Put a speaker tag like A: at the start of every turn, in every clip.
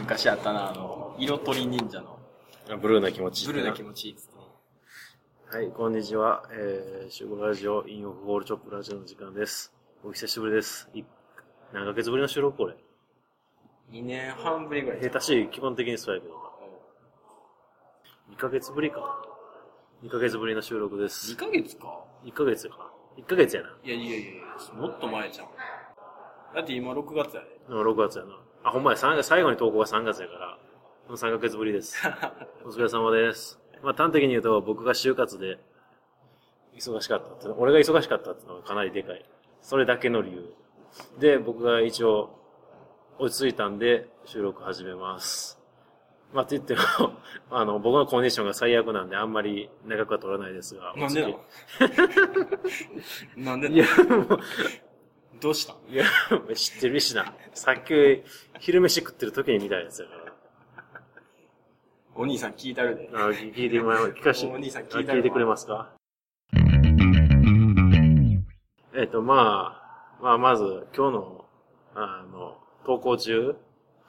A: 昔あったな、あの、色とり忍者の、
B: ブルーな気持ち。
A: ブルーな気持ちいいですね。
B: はい、こんにちは。えー、集合ラジオ、インオフボールチョップラジオの時間です。お久しぶりです。い何ヶ月ぶりの収録これ。
A: 2年半ぶりぐらい。
B: 下手しい、基本的にそうやけど。
A: う
B: 2ヶ月ぶりか。2ヶ月ぶりの収録で
A: ん。2
B: す。
A: ヶ月か
B: 1ヶ月か。1ヶ月やな。
A: いやいやいやいや、もっと前じゃん。だって今6月やで。
B: でも6月やな。あ、ほんまや、三月最後に投稿が3月やから、もう3ヶ月ぶ りです。お疲れ様です。まあ端的に言うと、僕が就活で、忙しかったって俺が忙しかったってのがかなりでかい。それだけの理由。で、僕が一応、落ち着いたんで、収録始めます。まあ、って言っても、 あの、僕のコンディションが最悪なんで、あんまり長くは取らないですが。
A: なんでな
B: お
A: の
B: 付
A: なんで
B: きいや
A: な、
B: もう、
A: のどうした
B: いや、知ってるしな。さっき、昼飯食ってる時に見たやつやから。
A: お兄さん聞いたるで。
B: あ聞いてもらえます聞かせて
A: お兄さん聞いた
B: あ
A: よ
B: 聞いてくれますかえっ、と、まあ、まあ、まず、今日の、あの、投稿中、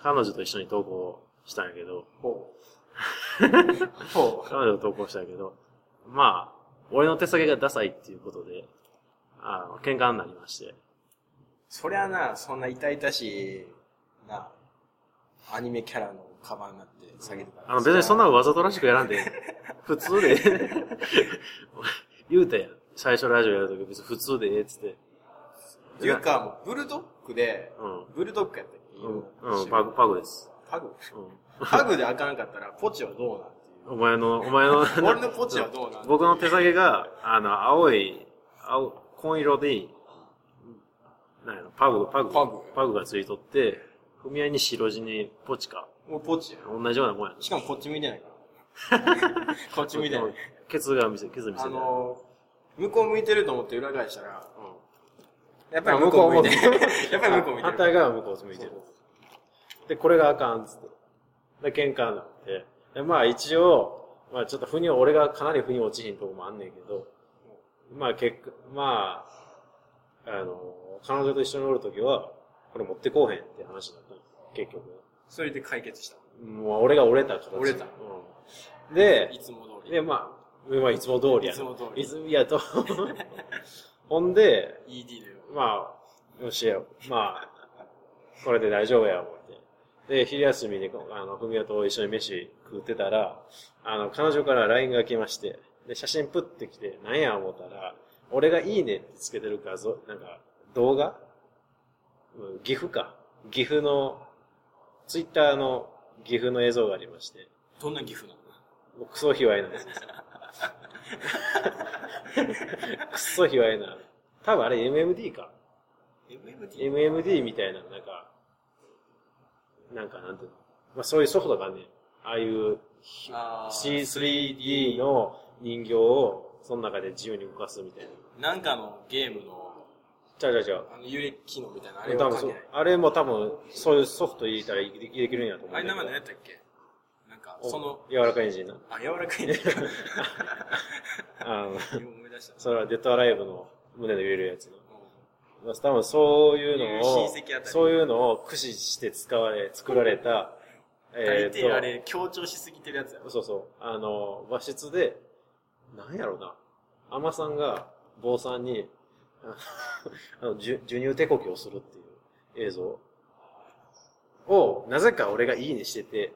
B: 彼女と一緒に投稿したんやけど、
A: ほう。ほう。
B: 彼女と投稿したんやけど、まあ、俺の手先がダサいっていうことで、あの、喧嘩になりまして。
A: そりゃな、そんな痛々しい、な、アニメキャラのカバンになって下げてたら
B: あの、別にそんな
A: り
B: わざとらしくやらんで、 普通で、言うてん、最初ラジオやるとき別に普通でええっつって。
A: ゃっていうか、もうブルドッグで、
B: うん。
A: ブルドッグやったっけ
B: うん、うん、パグ、パグです。
A: パグ
B: う
A: ハグであかんかったら、ポチはどうなんって
B: ん。お前の、お前の、
A: いう。俺のポチはどうなん
B: 僕の手先が、あの、青い、青、紺色でいい、なんやろ、パグ、パグ、
A: パグ
B: パグがついとって、踏み合いに白地にポチか。
A: もうポチやろ。
B: 同じようなもんやな
A: しかもこっち向いてない から。こっち向いてない。
B: ケツが見せ、ケツ見
A: あ
B: せてない。
A: のー、向こう向いてると思って裏返したら、
B: うん
A: やっぱり向こう向いて
B: あ向
A: る。 やっぱり向こう向いてる。
B: 反対側は向こう向いてる。で、これがあかんっつって。で、喧嘩になって。で、まあ一応、まあちょっと腑に、俺がかなり腑に落ちひんとこもあんねんけど、まあ結果、まあ、あの、彼女と一緒におるときは、これ持ってこうへんって話だったの結局。
A: それで解決した。
B: もう俺が折れた形。
A: 折れた
B: うん。で
A: い、つも通り。
B: で、まあ、まあいつも通りや
A: いつも通り
B: いつやと。 ほんで、
A: ED だよ。
B: まあ、よしや、まあ、これで大丈夫や、思って。で、昼休みに、あの、ふみおと一緒に飯食ってたら、あの、彼女から LINE が来まして、で、写真プッてきて、なんや思ったら、俺がいいねってつけてる画像、なんか、動画うん岐阜か。岐阜の、ツイッターの岐阜の映像がありまして、
A: どんな岐阜なの
B: もうクソ卑猥なんですよ。クソ卑猥な。多分あれ MMD か。
A: ?MMT?
B: MMD みたいな、なんか、なんかなんていうの、まあそういうソフトがね、ああいう
A: あー
B: C3D の人形をその中で自由に動かすみたいな。
A: なんかのゲームの、
B: ちゃうちゃうちゃう。
A: あの、幽霊機能みたいな、あ
B: あ
A: れ
B: れ
A: は
B: 多
A: 関係
B: 分そ
A: な
B: う
A: い。
B: あれも多分そういうソフト入れたらできるんやと思う。
A: あれ名前何やったっけなんか、その、
B: 柔らかいエンジンな。
A: あ、柔らかいね。
B: あの、
A: 今思い出した。
B: それはデッドアライブの胸で言えるやつの。
A: うん
B: まあ多分そういうのを
A: 親戚あたり、
B: そういうのを駆使して使われ、作られた、
A: 大
B: えー
A: 抵あれ、強調しすぎてるやつやろ。
B: そうそう。あの、和室で、なんやろな。海女さんが、坊さんに、 あの、あの授授乳手こきをするっていう映像を、なぜか俺がいいねしてて、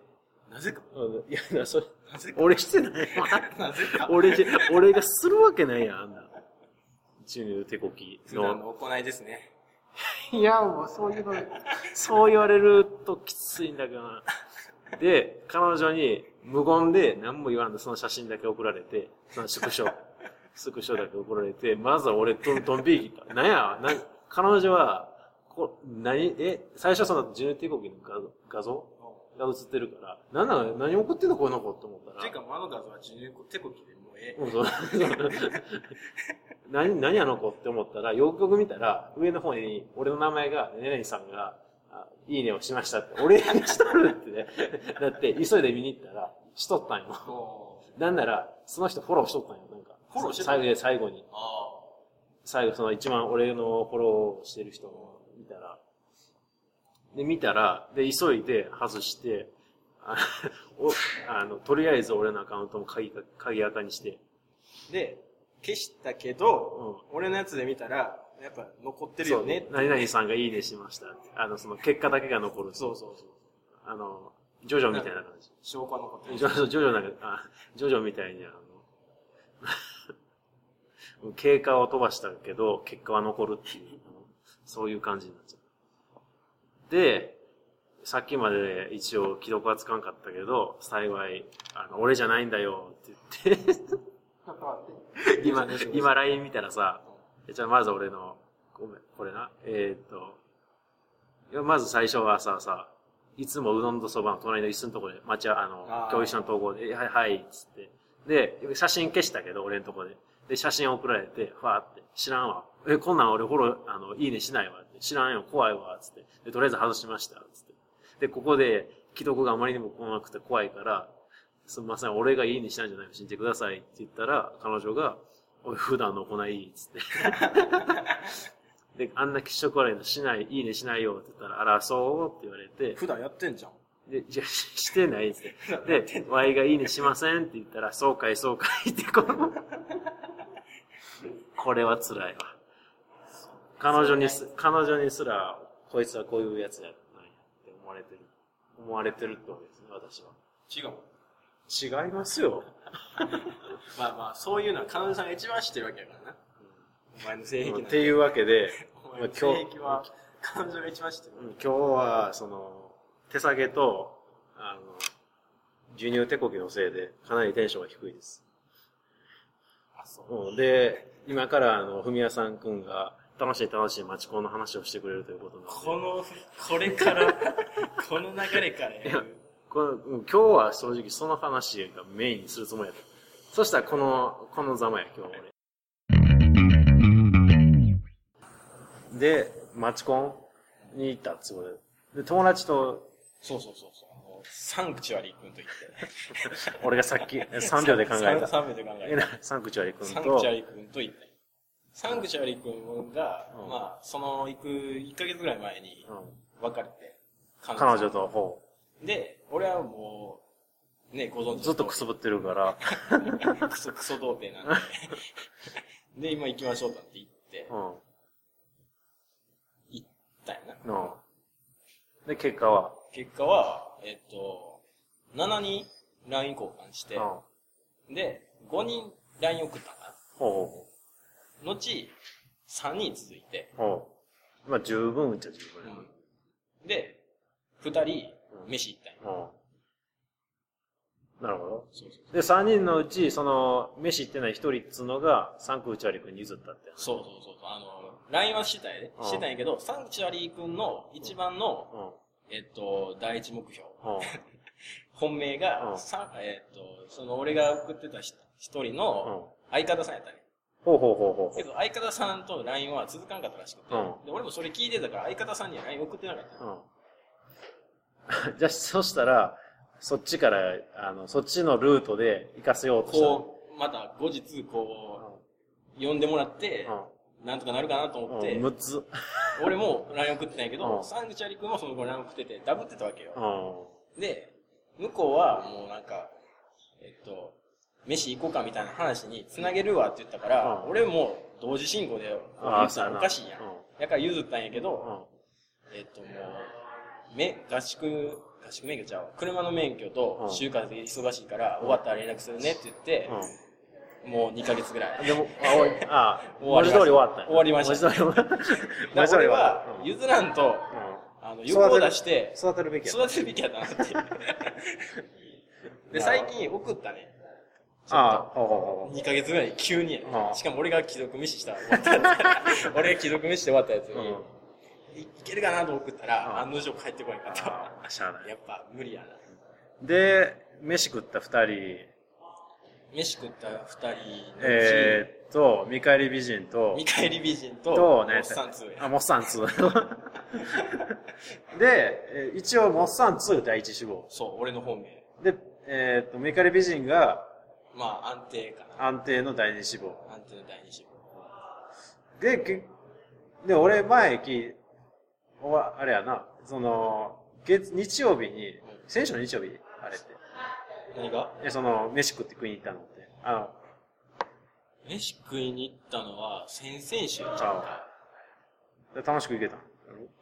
A: なぜか。
B: あのいや、なそれ、
A: なぜか。
B: 俺してないわ。
A: なぜか。
B: 俺じゃ、俺がするわけないやん、あんな。授乳手こき
A: 普段
B: の。
A: の行いですね。
B: いや、もうそういうの、そう言われるときついんだけどな。で、彼女に無言で何も言わんでその写真だけ送られて、そのスクショ、スクショだけ送られて、まずは俺ドンドンビーキった。なんや、なん彼女は、こ何、え、最初そのジュネティコギの画像画像が映ってるから、なんなの何送ってんのこの子って思った
A: ていう
B: ら、
A: か、窓の画像は自由手こきでもうえね。
B: うん そう何、何あの子って思ったら、よくよく見たら、上の方に、俺の名前が、ねねねさんが、あいいねをしましたって、俺やねしとるってね。だって、急いで見に行ったら、しとったんよ。
A: こう
B: なんなら、その人フォローしとったんよ、なんか。
A: フォローしてた
B: 最後で最後に。
A: あ
B: 最後、その一番俺のフォローしてる人を見たら、で、見たら、で、急いで外して、あおあの、とりあえず俺のアカウントも鍵か、鍵垢にして、
A: あ。で、消したけ
B: う
A: ど、
B: ん。
A: 俺のやつで見たら、やっぱ残ってるよね
B: そう。何々さんがいいねしました。あの、その結果だけが残る。
A: そうそうそう。
B: あの、ジョジョみたいな感じ。
A: 証拠は残ってる
B: ジョジョ、ジョジョなんか、あ、ジョジョみたいにあ の、経過を飛ばしたけど、結果は残るっていう、あのそういう感じになっちゃう。で、さっきまで一応既読はつかんかったけど、幸い、あの、俺じゃないんだよって言 って、
A: ちょっと待って
B: 今、
A: うん
B: 今 LINE 見たらさ、じゃあまず俺の、ごめん、これな。えーっと、いやまず最初はさ、さ、いつもうどんとそばの隣の椅子のところで、待ち合わあの、
A: あー
B: 教室の統合で、えはい、はい、つって。で、写真消したけど、俺のところで。で、写真送られて、ふわーって、知らんわ。え、こんなん俺フォロー、あの、いいねしないわ。知らんよ、怖いわ、つって。で、とりあえず外しました、つって。で、ここで、既読があまりにも来なくて怖いから、すみません、俺がいいにしたんじゃないか信じてくださいって言ったら、彼女が、おい、普段の行い、つって。で、あんな気色悪いのしない、いいねしないよって言ったら、あら、そうって言われて、
A: 普段やってんじゃん。
B: で、じゃ、し してないっつって。で、Y がいいねしませんって言ったら、そうかい、そうかいって、この、これは辛いわ。彼女にす、彼女にすら、こいつはこういうやつや、なんやって思われてる。思われてるってことですね、私
A: 違う。
B: は。違いますよ。
A: まあまあ、そういうのは彼女さんが一番知ってるわけやからな。お前の性癖なん
B: ってていうわけで、
A: お前の性癖は彼女が一番知ってる。
B: うん今日は、その、手下げと、あの、授乳手こぎのせいで、かなりテンションが低いです。
A: あ、そ
B: うんで、今から、あの、ふみやさんくんが、楽しい楽しい町コンの話をしてくれるということな
A: こ
B: ので、
A: の、これから、この流れからやる。
B: このうん今日は正直その話がメインにするつもりやった。そしたら、この、このざまや、今日は俺。で、町コンに行ったつもりで。で、友達と、
A: そうそうそうそう。あのサンクチュアリー君と言って。
B: 俺がさ っき、3秒で考えた。
A: 3秒で考
B: え
A: え
B: な、サンクチュアリ
A: た。
B: 君
A: サンクチ
B: と
A: ュ、アリー君と言って。サンクチュアリー君が、
B: うん
A: まあ、その行く1ヶ月ぐらい前に
B: うん
A: 別れて、彼
B: 彼女と、ほ
A: で、俺はもう、ね、ご存
B: う、
A: 知
B: ずっとくすぶってる から、
A: クソ、クソ童貞なん で。で、今行きましょうかって言って
B: う、ん、
A: 行ったよな。
B: うん。で、結果は、
A: 結果は、えっと、7人 LINE 交換し
B: うん、
A: て、
B: ほ
A: で、5人 LINE 送ったか
B: うほ
A: な。後、3人続いて、
B: うほう。まあ、十分っちゃ十分や
A: で、2人
B: う、ん
A: 飯行ったよ。
B: な。うん。なるほど。
A: そうそう
B: で、3人のうち、その、飯行ってない1人っつうのが、サンクチュアリ君に譲ったって。
A: そうそうそうそう。あの、LINE はしてたんやで。
B: うん
A: してたんやけど、サンクチュアリー君の一番の、
B: うん。
A: えっと、第一目標。
B: うん。
A: 本命が、
B: うん
A: さえっと、その俺が送ってた人一人の、
B: うん。
A: 相方さんやったね。
B: ほうほうほうほうほ
A: けど、相方さんとの LINE は続かんかったらしくて、
B: うん
A: で俺もそれ聞いてたから、相方さんには LINE 送ってなかった。
B: う。うん。 じゃあ、そしたら、そっちから、あの、そっちのルートで行かせようとしたの。
A: こう、また後日、こ
B: うん
A: う、呼んでもらって、
B: うん。
A: なんとかなるかなと思って、
B: 6つ。
A: 俺も LINE 送ってたんやけ
B: う
A: ど、
B: ん
A: サングチャリ君もその後 LINE 送ってて、ダブってたわけよ。
B: う
A: で、向こうはもうなんか、えっと、飯行こうかみたいな話に繋げるわって言ったから、
B: うん
A: 俺も同時進行で、
B: ん。
A: お
B: ああ、そうやな。
A: かしいやん
B: う。
A: だから譲ったんやけど、
B: ん。
A: えっともう、め、合宿、合宿免許ちゃうわ車の免許と
B: うん
A: 就活で忙しいから、終わったら連絡するねって言って、
B: う
A: もう2ヶ月ぐら
B: ん。
A: い。
B: でも、あ、おい、あ、
A: 終わ
B: 文
A: りました
B: 字通り終わったんや
A: 終わりました
B: 文字通り終わった。
A: だ
B: 文
A: か
B: 字
A: ら
B: 通
A: 俺
B: り終
A: は
B: わっ、た。
A: 譲らんと、あの、
B: てる
A: 欲を出して、
B: うん。育てるべきや。
A: 育てるべきやったなって。 で、最近送ったね。
B: ああ、ほうほうほう
A: 2ヶ月ぐらい急にやね
B: うん
A: しかも俺が既読無視した終わったやつ 俺が既読無視して終わったやつ
B: ほう。
A: に、いいけるかなと送ったら、
B: う
A: 案の定帰ってこいかった。
B: あ、しゃあな
A: や
B: い。
A: っぱ無理やな。
B: で、飯食った二人
A: 飯食った二人のうち、
B: えーっと、見返り美人と、
A: 見返り美人と、
B: とね
A: おっさん通
B: あ、モッサン2。で、えー一応、モッサン2第一志望。
A: そう、俺の方名。
B: で、えーっと、メカリ美人が
A: まあ、安定かな。
B: 安定の第二志望。
A: 安定の第二志望。
B: で、けで、俺、前、き、おわあれやな、その、月、日曜日に、選手の日曜日あれって。
A: 何が
B: え、その、飯食って食いに行ったのって。あの、
A: 飯食いに行ったのは、先々週ちゃう
B: ちゃう。で楽しく行けたん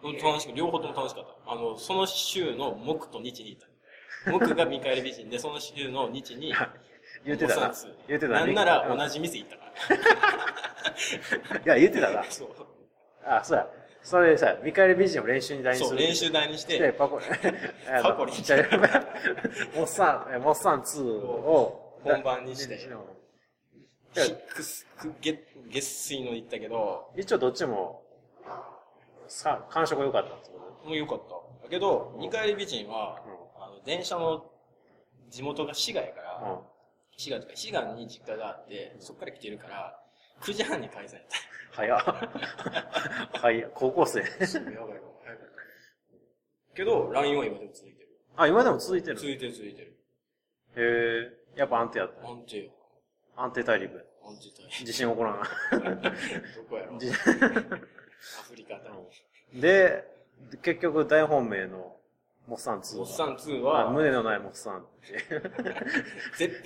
A: うん楽しく、両方とも楽しかった。あの、その週の木と日にいた。木が見返り美 人で、その週の日に、
B: 言ってた
A: おっ
B: な
A: さん通。
B: 言ってた
A: なんなら同
B: じ。
A: じ店行ったか
B: いや、言ってたな
A: ら。。そう。
B: あ、そうや。それさ、見返り美人を練習に代に
A: そ
B: す
A: う、
B: る。
A: 練習台にし
B: で、
A: て、
B: パコ リ。
A: パコリ
B: じゃあモッサン、えモッサン2を
A: 本番にして
B: で
A: ひくすく月、月水の行ったけど、
B: 一応どっちも、さ、感触が良かったんですよね。
A: もうよかった。だけど、見返り美人は、あの、電車の地元が滋賀やから、
B: うん。
A: 滋賀とか、滋賀に実家があって、そっから来てるから、9時半に解散やった。
B: 早っ。 早っ。高校生。
A: やばいけど、LINE は今でも続いてる。
B: あ、今でも続いてる
A: 続いてる続いてる。
B: へえ。やっぱ安定やった。
A: 安定よ。
B: 安定大陸。
A: 安定大
B: 地震起こら な。
A: どこやろ
B: 地
A: アフリカだろ。
B: で、結局大本命のモッサン2
A: お
B: は。
A: っさん2
B: あ
A: は、
B: 胸のないモッサンって言って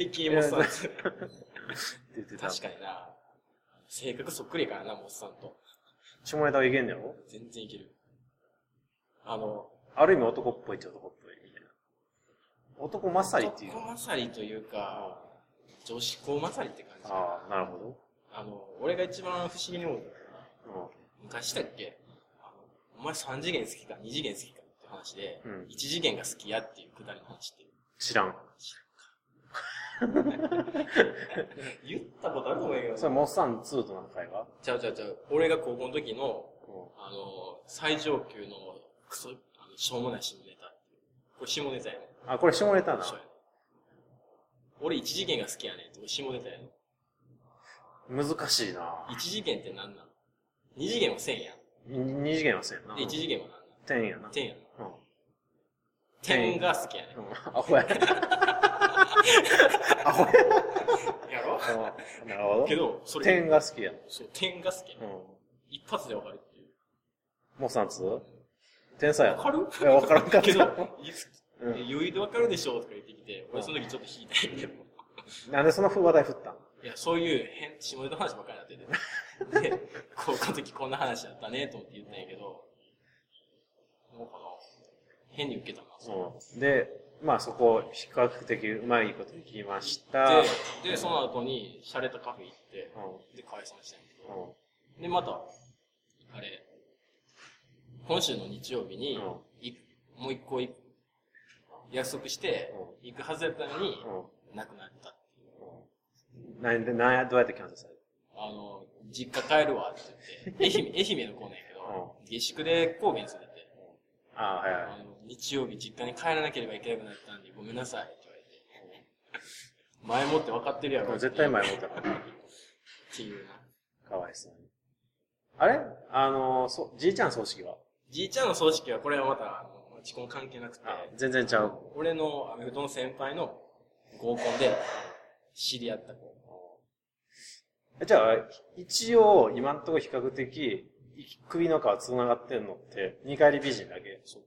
A: 絶壁おっさん2。
B: 言ってた。
A: 確かにな。性格そっくりやからな、おっさんと。
B: 下ネタはいけんねやろ
A: 全然いける。あの、
B: ある意味男っぽいっちゃ男っぽいみたいな。男まさりっていう
A: 男。勝りというか、女子校勝りって感じ。
B: ああ、なるほ
A: あの、俺が一番不思議に思うのは
B: ど。
A: 昔だっけあのお前3次元好きか2次元好きかって話で、
B: うん
A: 1次元が好きやっていうくだりの話って
B: 知らん。
A: 言ったことあると思うけど
B: それ、モッサン2となんか会話
A: ちゃうちゃうちゃう俺が高校の時のあの最上級のクソあのしょうもない下ネタっていうこれ下ネタやねん
B: あ、これ下ネタな。
A: そうやねん俺1次元が好きやねんって俺下ネタやね。
B: 難しいなん
A: 1次元って何なの ?2 次元は線やん
B: に二次元はせんな。
A: で1次元は何なの
B: 点やな。
A: 点やん
B: うん。
A: 点が好きやね
B: うんア ホや。アホや。
A: んやろ
B: うんなるほ
A: け
B: ど。
A: どそれ
B: 点が好きや。う
A: そう点が好きやねん
B: ん。
A: 一発でわかるっていう
B: モッサン 2? 天才や
A: わ
B: な。
A: かる
B: いやわからんかった
A: けど、い
B: うん
A: 余裕でわかるでしょとか言ってきて、俺その時ちょっと引いたんやけど、
B: なんでその話題振ったん
A: いや、そういう変、下ネタ話ばっかりになってて、で、高校の時こんな話だったね、と思って言ったんやけど、もうかな、変に受けたな、
B: うんで、まあそこ、比較的うまいことできました。うん
A: で、で、その後に、洒落たカフェ行って、で、解散したんやけど、
B: う
A: で、また、あれ、今週の日曜日に、
B: う
A: いもう一個行く約束して、行くはずやったのに、
B: ん。うん。
A: なくなったっていう。
B: なんで、なんや、どうやってキャンセルされ
A: あの、実家帰るわって言 って、愛媛、愛媛の子なんやけど、下宿で神戸に住んでて、
B: たああ、はいは
A: あの、日曜日実家に帰らなければいけなくなったんで、ごめんなさいって言われて、前もって分かってるや
B: い。も
A: ろ。
B: う絶対前
A: っ
B: 持ったから、
A: ていうな。
B: かわいそうに。あれあの、そ、じいちゃん葬式は
A: じいちゃんの葬式はこれはまた、あの、落ち婚関係なくて、
B: あ全然ちゃう。
A: 俺のアメフトの先輩の合コンで知り合った子。
B: えじゃあ、一応、今のところ比較的、い首の皮繋がってんのって、二回り美人だけ。
A: そう。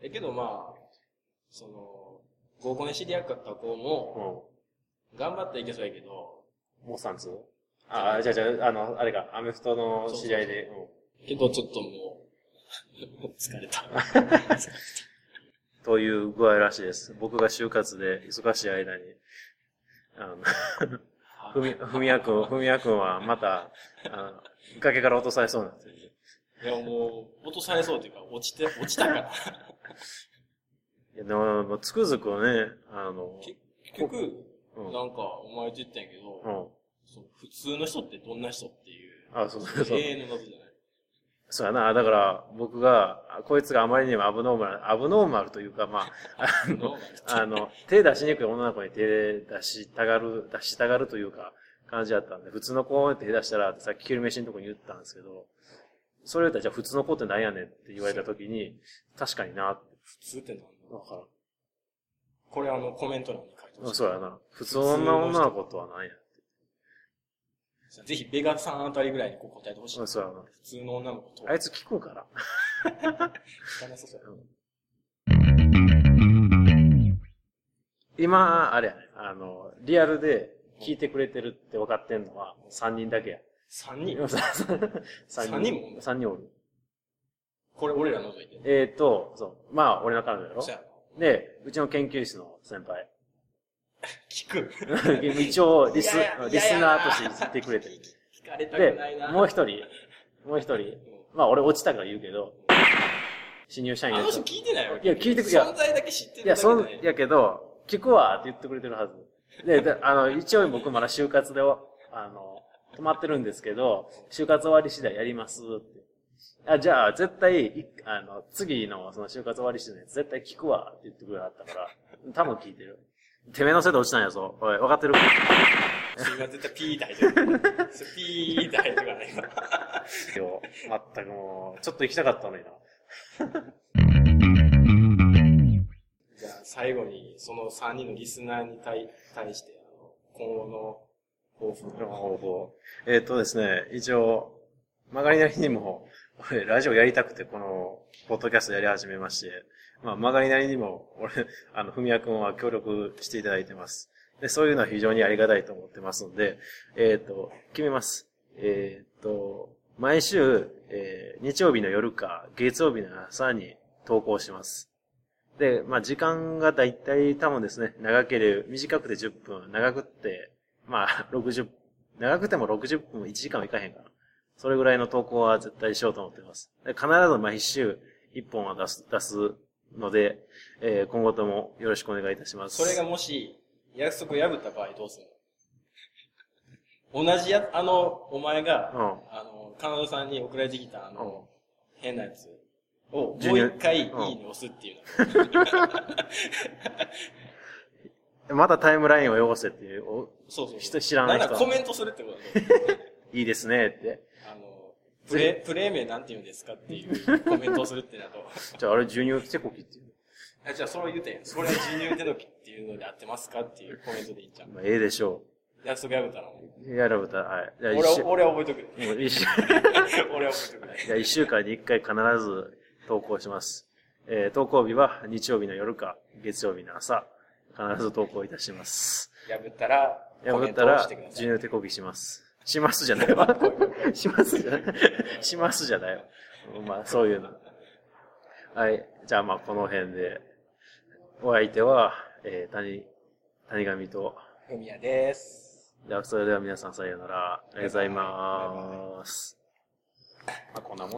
A: え、けどまあ、その、合コンで知り合った子も、
B: う
A: 頑張っていけそうやけど、
B: ん。もう三つああ、じゃあじゃあ、あの、あれか、アメフトの知り合いで。うん
A: けどちょっともう、 疲れた。
B: という具合らしいです。僕が就活で忙しい間に、あの、ふみ、ふみやくん、ふみやくんはまた、あの、崖から落とされそうになってる。
A: いやもう、落とされそうというか、落ちて、落ちたから。
B: いや、でも、もうつくづくね、あの、
A: 結局、
B: うん
A: な。んか、お前と言ったんやけど、
B: うん。
A: その普通の人ってどんな人っていう、
B: あ、そうそうそう。
A: 永遠の謎じゃない。
B: そうやな。だから、僕が、あこいつがあまりにもアブノーマル、アブノーマルというか、まあ、 あの、あ の、手出しにくい女の子に手出したがる、出したがるというか、感じだったんで、普通の子って手出したら、さっき昼飯のとこに言ったんですけど、それ言ったら、じゃあ普通の子ってなんやねんって言われた時に、確かにな、って
A: 普通ってなんだ
B: わか
A: これあの、コメント欄に書いて
B: る。
A: まし
B: そうやな。普通の女の子とは何や。
A: た。ぜひ、ベガさんあたりぐらいにこう答えてほしい。
B: う
A: 普
B: んそうやな。
A: 通の女の子と
B: あいつ聞くから。
A: 聞かなさそうやな
B: 今、あれやね、あの、リアルで聞いてくれてるって分かってんのは、3人だけや。
A: 三人
B: 3
A: 三人もおんの
B: ?3 人おる。
A: これ俺ら覗いてる。
B: えっ、ー、と、そう。まあ、俺の彼女やろ
A: そうやな
B: で、うちの研究室の先 輩。
A: 聞く。
B: 一応、 リス
A: いやいや、
B: リスナーとして言ってくれてる。
A: 聞かれたく
B: で
A: ないな。、
B: もう一人、もう一人、まあ、俺落ちたから言うけど、新入社員
A: あ
B: や
A: の
B: つ
A: 人聞いてないわ
B: いや聞いてくいや
A: 存在だけ知ってる
B: い
A: だ
B: や、
A: け
B: そ
A: だ
B: ん、
A: ね。
B: やけど、聞くわって言ってくれてるはず。で、だあの、一応僕まだ就活で、あの、止まってるんですけど、就活終わり次第やりますって。あ、じゃあ、絶対、いあの、次の、その就活終わり次第、絶対聞くわって言ってくれはったから、多分聞いてる。てめえのせいで落ちたんやぞ。おい、分かってる
A: それは絶対ピー大丈夫。それピー大丈夫ない今
B: よ。まったくもう、ちょっと行きたかったのにな。
A: じゃあ最後に、その3人のリスナーに対対して、あの今後の抱負を。
B: えっ、とですね、一応、曲がりなりにも、俺、ラジオやりたくて、この、ポッドキャストやり始めまして、まあ、曲がりなりにも、俺、あの、ふみやくんは協力していただいてます。で、そういうのは非常にありがたいと思ってますので、えっ、と、決めます。えっ、と、毎週、えー日曜日の夜か、月曜日の朝に投稿します。で、まあ、時間がだいたい多分ですね、長ければ、短くて10分、長くって、まあ、60分、長くても60分、1時間はいかへんから。それぐらいの投稿は絶対しようと思ってます。で必ず毎週1本は出す、出すので、えー今後ともよろしくお願いいたします。
A: それがもし、約束破った場合どうするの同じや、あの、お前が、
B: うん、
A: あの、彼女さんに送られてきた、あ
B: うん。
A: の、変なやつを、もう
B: ジュニア
A: 一回、いい
B: うん
A: に押すっていうの。
B: またタイムラインをよこせっていう、お
A: そうそうそ
B: 人
A: う。
B: 知らな
A: ないんか
B: 人
A: コメントするってことだね
B: いいですねって。
A: あの、プ レ、プレー名なんて言うんですかっていうコメントをするってなと。
B: じゃああれ、牛乳チェコキっていう。
A: あじゃあ、それを言うてん。それは授乳手のきっていうので合ってますかっていうコメントでいいんじゃん。
B: まあ、ええでしょ
A: 約束破ったら。
B: う。やらぶた、はい。じゃあ
A: 俺
B: 一週
A: は、、俺は覚えとく
B: もう一週、
A: で。俺は覚 えとくで。
B: じゃあ一週間に一回必ず投稿します。えー投稿日は日曜日の夜か、月曜日の朝、必ず投稿いたします。
A: 破ったら、コ
B: 破
A: メ
B: っ
A: ン
B: た
A: トを
B: ら
A: してくだ、さ
B: 牛
A: い。
B: 乳手こぎします。しますじゃな いわ。しますじゃない。しますじゃないわ。まあ、そういうの。はい。じゃあまあ、この辺で。お相手は、えー谷、谷上と、
A: ふみやです。
B: ではそれでは皆さんさようなら。ありがとうございます。まあ、こんなもんで